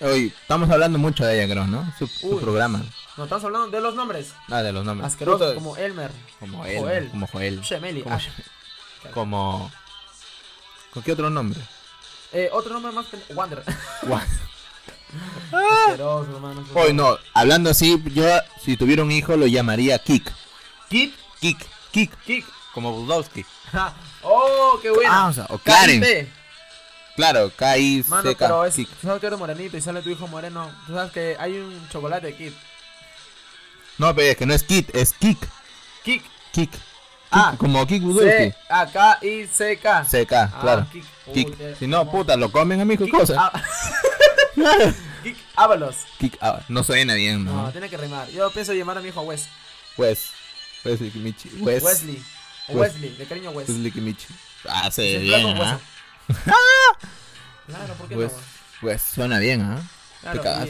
Oye, estamos hablando mucho de ella, creo, ¿no? Su, su Uy. programa. No, estamos hablando de los nombres. Ah, de los nombres. Asquerosos, Puta, como Elmer. como él, Joel. como Joel. Gemelli. Como, Ah, como- ¿Con qué otro nombre? eh, otro nombre más. pen- Wander. Guau. Asqueroso, hermano. Hoy no, hablando así, yo si tuviera un hijo lo llamaría Kik. Kit. Kik, Kik, Kick. como Budowski. Ja. Oh, qué bueno. Ah, o sea, o Karen. Cállate. Claro, K-I-C-K. Mano, pero es, Kik. tú sabes que eres morenito y sale tu hijo moreno. Tú sabes que hay un chocolate, Kit. No, pero es que no es Kit, es Kik. Kick. Kik. Ah, Kik, como Kik Budowski. C-A-K-I-C-K. CK, Ah, claro. Kik. Uy, eh. Kik. qué- Si no, puta, lo comen a mí, qué Kik cosa. Á- Kik Ábalos. Kik, ah, no suena bien, No, ¿no? Pues, tiene que remar. Yo pienso llamar a mi hijo Wes. Wes. Wesley Kimichi. Wes. Wesley. O Wes. Wesley, de cariño Wes. Wesley Kimichi. pues, Ah, Es se el bien, flaco ¿ah? hueso. Claro, ¿por pues, qué Wes. no? Wes, suena bien, ¿ah? Claro, Te cagas.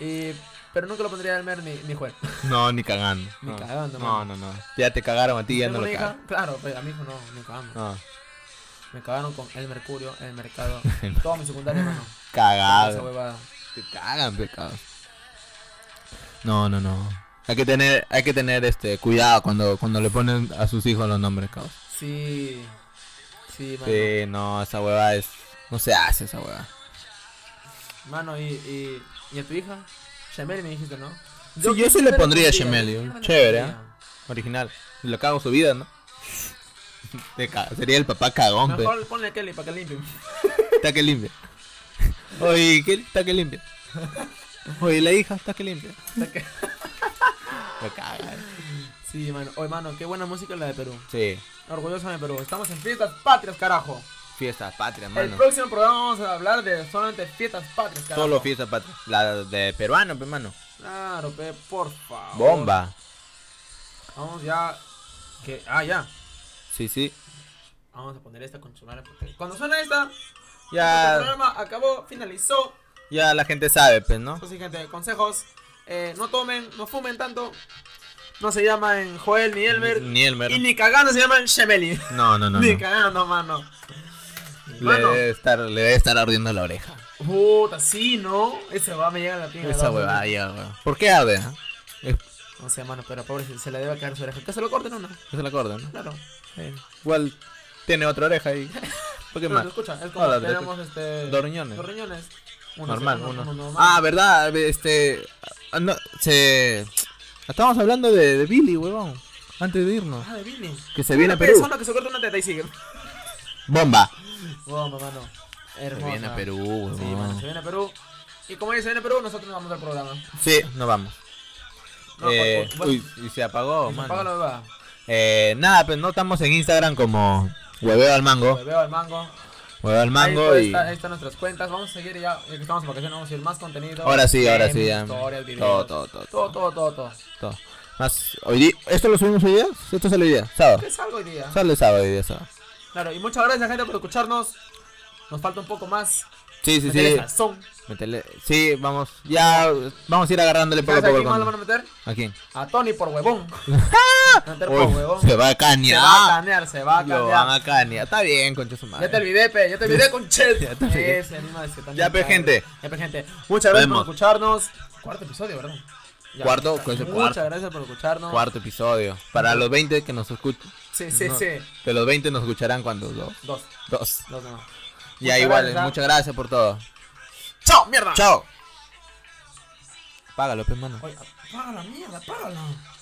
y- y- pero nunca lo pondría Elmer ni, ni Joel. No, ni cagando. Ni no. cagando, No, mano. no, no. Ya te cagaron a ti, ya Tengo no lo una hija- cagas. Claro, pero a mi hijo no, me cagaron. No. Me cagaron con el mercurio, el mercado, todo mi secundario, hermano. Esa Cagado. huevada. Te cagan, pecado. No, no, no. Hay que tener, hay que tener este cuidado cuando, cuando le ponen a sus hijos los nombres, caos. Sí. Sí, mano. Sí, no, esa hueva es. No se hace esa hueva. Mano, y, y, y a tu hija, Shemeli me dijiste, ¿no? Sí, yo sí le me pondría Shemeli, yo me la chévere, ¿eh? pondría. Original. Le cago su vida, ¿no? Te ca- Sería el papá cagón, pe. Mejor ponle a Kelly para que limpie. Está que limpia. Oye, ¿qué? Está que limpia. Oye, la hija está que limpia. Está que- Me caga. eh. Sí, mano. Oye, mano, qué buena música la de Perú. Sí. Orgulloso de Perú. Estamos en fiestas patrias, carajo. Fiesta patria, El próximo programa vamos a hablar de solamente fiestas patrias, carajo. Solo fiesta patria. La de peruano, pe, mano. Claro, pe, por favor. Bomba. Vamos ya. Que... Ah, ya. Sí, sí. Vamos a poner esta con su madre, porque Cuando suena esta, el Ya, programa acabó, finalizó. ya la gente sabe, pues, ¿no? Así, gente, consejos. eh, no tomen, no fumen tanto. No se llaman Joel ni Elmer. Ni Elmer. Y ni cagando se llaman Shemeli. No, no, no. ni no. cagando, mano. Le Mano, debe estar, le debe estar ardiendo la oreja. puta, sí, ¿no? Esa huevada me llega a la pinga. Esa ¿no? huevada ya, huevón. ¿Por qué arde? ah? Es- No sé, mano, pero pobre, se, se le debe caer su oreja. Que se lo corten o no, Es la corda, ¿no? claro. Eh, Igual tiene otra oreja ahí. ¿Por qué Pero más? escucha, es como Hola, tenemos este... Dos riñones. Los riñones. Uno normal, se- uno- uno. uno normal. Ah, verdad, este. ah, no, se. Estábamos hablando de, de Billy, huevón. Antes de irnos. Ah, de Billy. Que se viene a Una Perú. persona que se corta una teta y sigue. Bomba. Wow, Oh, mamá, no. Hermosa. Se viene a Perú, Ah. Sí, mano, se huevón. viene a Perú. Y como ella se viene a Perú, nosotros nos vamos al programa. Sí, nos vamos. No, Eh, bueno, uy, y se apagó, Y se Oh, mano. apaga la bebada. Eh, nada, pues no estamos en Instagram como Hueveo al Mango. Me veo al mango. Hueveo al Oh. Mango ahí, y. está- ahí están nuestras cuentas. Vamos a seguir ya. ya que estamos en vacaciones, vamos a ir más contenido. Ahora sí, ahora sí, Memes, ya. Historias, videos. Todo, todo, todo. Todo, todo, todo, todo. todo. Más, hoy di- ¿Esto lo subimos hoy día? Esto sale hoy día, sábado. ¿Qué es algo hoy día? Sale sábado hoy día, sábado. Claro, y muchas gracias, gente, por escucharnos. Nos falta un poco más. Sí, sí, Meterle sí. sazón. Métele- Sí, vamos. Ya vamos a ir agarrándole poco a ¿Sabes a poco. el quién más le van combo. a meter? ¿A quién? A Tony por huevón. A meter por Uy, huevón. se va a Se va a cañar. canear, se va a Lo canear. van a cañar. Está bien, concha su Ya te madre. olvidé, pe, ya te olvidé con Chet. Ya te olvidé. Ese, no, es que también Ya, pe, está- gente. Ya, pe, gente. Muchas gracias por Vemos. escucharnos. Cuarto episodio, ¿verdad? Ya, Cuarto, está. con ese Muchas cuarto. gracias por escucharnos. Cuarto episodio. Para los 20 que nos escuchan. Sí, sí, No. sí. Que los 20 nos escucharán cuando dos. Dos, Dos. dos nomás. Ya Muchas igual, gracias. ¿ah? muchas gracias por todo. ¡Chao, mierda! Chao. Págalo, pues, mano. Oye, apágala, mierda, apágala.